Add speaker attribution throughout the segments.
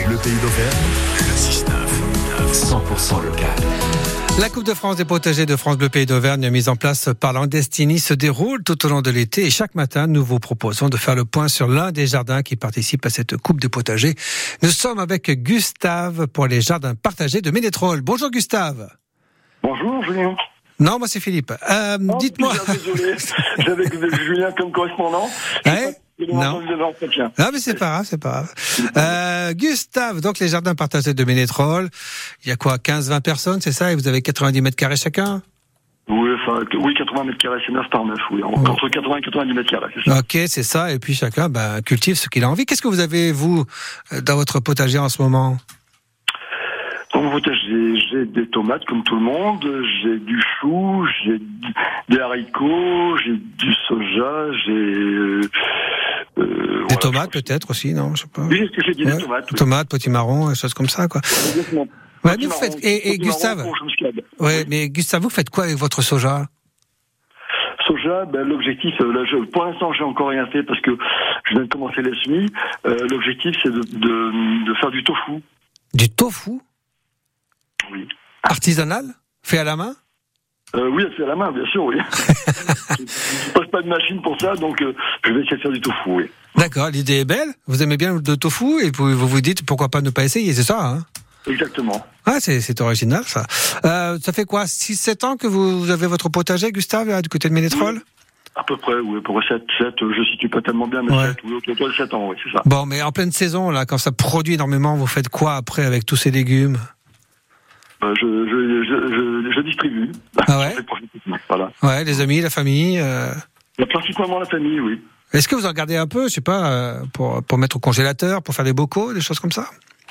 Speaker 1: le pays d'Auvergne.
Speaker 2: Le 6-9, 100% local.
Speaker 3: La Coupe de France des potagers de France Bleu Pays d'Auvergne, mise en place par Landestini, se déroule tout au long de l'été et chaque matin, nous vous proposons de faire le point sur l'un des jardins qui participe à cette Coupe des potagers. Nous sommes avec Gustave pour les jardins partagés de Ménétrol. Bonjour Gustave.
Speaker 4: Bonjour Julien.
Speaker 3: Non, moi c'est Philippe. Euh,
Speaker 4: Oh,
Speaker 3: Dites-moi.
Speaker 4: putain, Désolé, j'avais que Julien comme correspondant.
Speaker 3: Ouais
Speaker 4: Et
Speaker 3: Eh, Non.
Speaker 4: l'ensemble de l'entretien.
Speaker 3: Ah mais c'est pas grave, c'est pas grave. Euh, Gustave, donc les jardins partagés de Ménétrol, il y a quoi 15-20 personnes, c'est ça Et vous avez 90 mètres carrés chacun
Speaker 4: Oui, enfin, que- oui, 80 mètres carrés, c'est 9 par 9, oui.
Speaker 3: Oh.
Speaker 4: Entre 80 et 90 mètres carrés, c'est ça.
Speaker 3: Ok, c'est ça. Et puis chacun ben, cultive ce qu'il a envie. Qu'est-ce que vous avez, vous, euh, dans votre potager en ce moment
Speaker 4: Dans mon potager, j'ai- j'ai des tomates comme tout le monde, j'ai du chou, j'ai d- des haricots, j'ai du soja, j'ai... euh, euh,
Speaker 3: Des
Speaker 4: voilà.
Speaker 3: tomates peut-être aussi, non Je sais pas.
Speaker 4: Oui, c'est ce que j'ai dit,
Speaker 3: Ouais.
Speaker 4: des tomates, oui.
Speaker 3: Tomates, potimarron, des choses comme ça, quoi.
Speaker 4: Exactement.
Speaker 3: Ouais, Ah, mais vous
Speaker 4: Potimarron,
Speaker 3: faites- et- et
Speaker 4: potimarron,
Speaker 3: Gustave
Speaker 4: courge muscade.
Speaker 3: Ouais, mais Gustave, vous faites quoi avec votre soja
Speaker 4: Soja, ben, l'objectif, euh, là, je- pour l'instant, j'ai encore rien fait parce que je viens de commencer les semis. Euh, l'objectif, c'est de, de, de faire du tofu.
Speaker 3: Du tofu
Speaker 4: Oui.
Speaker 3: artisanal, fait à la main
Speaker 4: Euh, oui, c'est à la main, bien sûr, oui. je ne passe pas de machine pour ça, donc euh, je vais essayer de faire du tofu, oui.
Speaker 3: D'accord, l'idée est belle. Vous aimez bien le tofu et vous vous, vous dites pourquoi pas ne pas essayer, c'est ça hein
Speaker 4: Exactement.
Speaker 3: Ah, c'est c'est original, ça. Euh, ça fait quoi 6-7 ans que vous, vous avez votre potager, Gustave, là, du côté de Ménétrol
Speaker 4: À peu près, oui, pour 7, 7, je ne situe pas tellement bien, mais
Speaker 3: Ouais.
Speaker 4: 7, oui, autour de 7 ans, oui, c'est ça.
Speaker 3: Bon, mais en pleine saison, là, quand ça produit énormément, vous faites quoi après avec tous ces légumes
Speaker 4: Euh, je, je, je, je, je distribue.
Speaker 3: Ah ouais
Speaker 4: Je fais profiter, Voilà.
Speaker 3: Ouais, les amis, la famille. euh,
Speaker 4: Mais Principalement la famille, oui.
Speaker 3: Est-ce que vous en gardez un peu, je sais pas, euh, pour, pour mettre au congélateur, pour faire des bocaux, des choses comme ça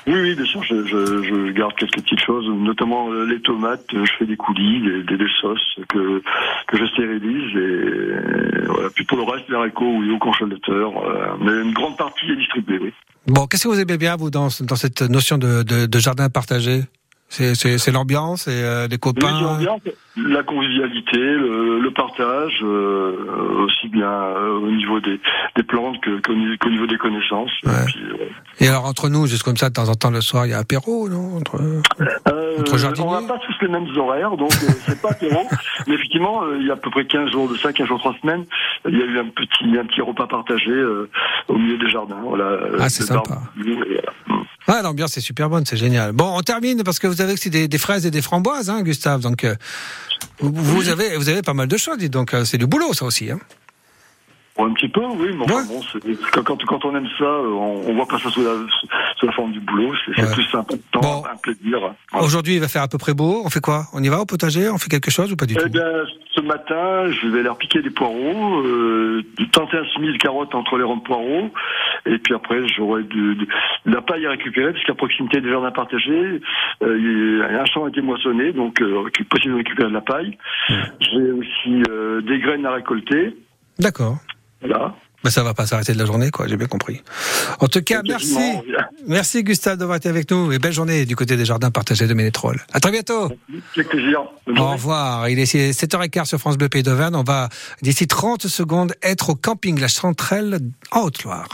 Speaker 4: Oui, oui, bien sûr, je, je, je garde quelques petites choses, notamment euh, les tomates, euh, je fais des coulis, des, des, des sauces que, que je stérilise, et euh, voilà. Puis pour le reste, les haricots, oui, au congélateur, euh, mais une grande partie est distribuée, oui.
Speaker 3: Bon, qu'est-ce que vous aimez bien, vous, dans, ce- dans cette notion de, de, de jardin partagé C'est- C'est c'est l'ambiance, et les
Speaker 4: Oui, c'est
Speaker 3: copains
Speaker 4: l'ambiance, la convivialité, le, le partage, euh, aussi bien euh, au niveau des, des plantes que- qu'au ni- qu'au niveau des connaissances.
Speaker 3: Ouais.
Speaker 4: Et puis, euh,
Speaker 3: Et alors, entre nous, juste comme ça, de temps en temps, le soir, il y a apéro, non Entre-
Speaker 4: Euh,
Speaker 3: Entre jardiniers.
Speaker 4: on n'a pas tous les mêmes horaires, donc euh, c'est pas terreau. Mais effectivement, euh, il y a à peu près 15 jours de ça, 15 jours, 3 semaines, il y a eu un petit, un petit repas partagé euh, au milieu des jardins. Voilà, euh,
Speaker 3: Ah, c'est
Speaker 4: de
Speaker 3: sympa.
Speaker 4: barbecue, et, euh,
Speaker 3: Ah, l'ambiance est super bonne, c'est génial. Bon, on termine parce que vous avez aussi des, des fraises et des framboises, hein, Gustave. Donc, euh, vous, vous avez, vous avez pas mal de choses, dites donc. euh, C'est du boulot, ça aussi. Hein.
Speaker 4: bon, un petit peu, oui, mais enfin,
Speaker 3: Ouais.
Speaker 4: bon, c'est- quand, quand, quand on aime ça, euh, on, on voit pas ça sous la, sous- sous la forme du boulot, c'est c'est
Speaker 3: Ouais.
Speaker 4: plus sympa, un
Speaker 3: Bon.
Speaker 4: temps, un plaisir. hein. Voilà.
Speaker 3: Aujourd'hui, il va faire à peu près beau. On fait quoi On y va au potager On fait quelque chose ou pas du
Speaker 4: Eh
Speaker 3: tout
Speaker 4: bien, ce matin, je vais leur piquer des poireaux, euh, tenter un semis de carottes entre les rangs de poireaux, et puis après, j'aurai de, de- de la paille à récupérer, puisqu'à proximité des jardins partagés, euh, il y a- un champ a été moissonné, donc euh, récu- possible de récupérer de la paille. J'ai aussi euh, des graines à récolter,
Speaker 3: D'accord.
Speaker 4: voilà.
Speaker 3: Ben, ça va pas s'arrêter de la journée, quoi. J'ai bien compris. En tout cas, merci.
Speaker 4: Quasiment, voilà.
Speaker 3: Merci, Gustave, d'avoir été avec nous. Et belle journée du côté des jardins partagés de Ménétrol. À très bientôt.
Speaker 4: Avec plaisir. Bonne
Speaker 3: Au
Speaker 4: journée.
Speaker 3: revoir. Il est 7h15 sur France Bleu Pays d'Auvergne. On va, d'ici 30 secondes, être au camping La Chanterelle en Haute-Loire.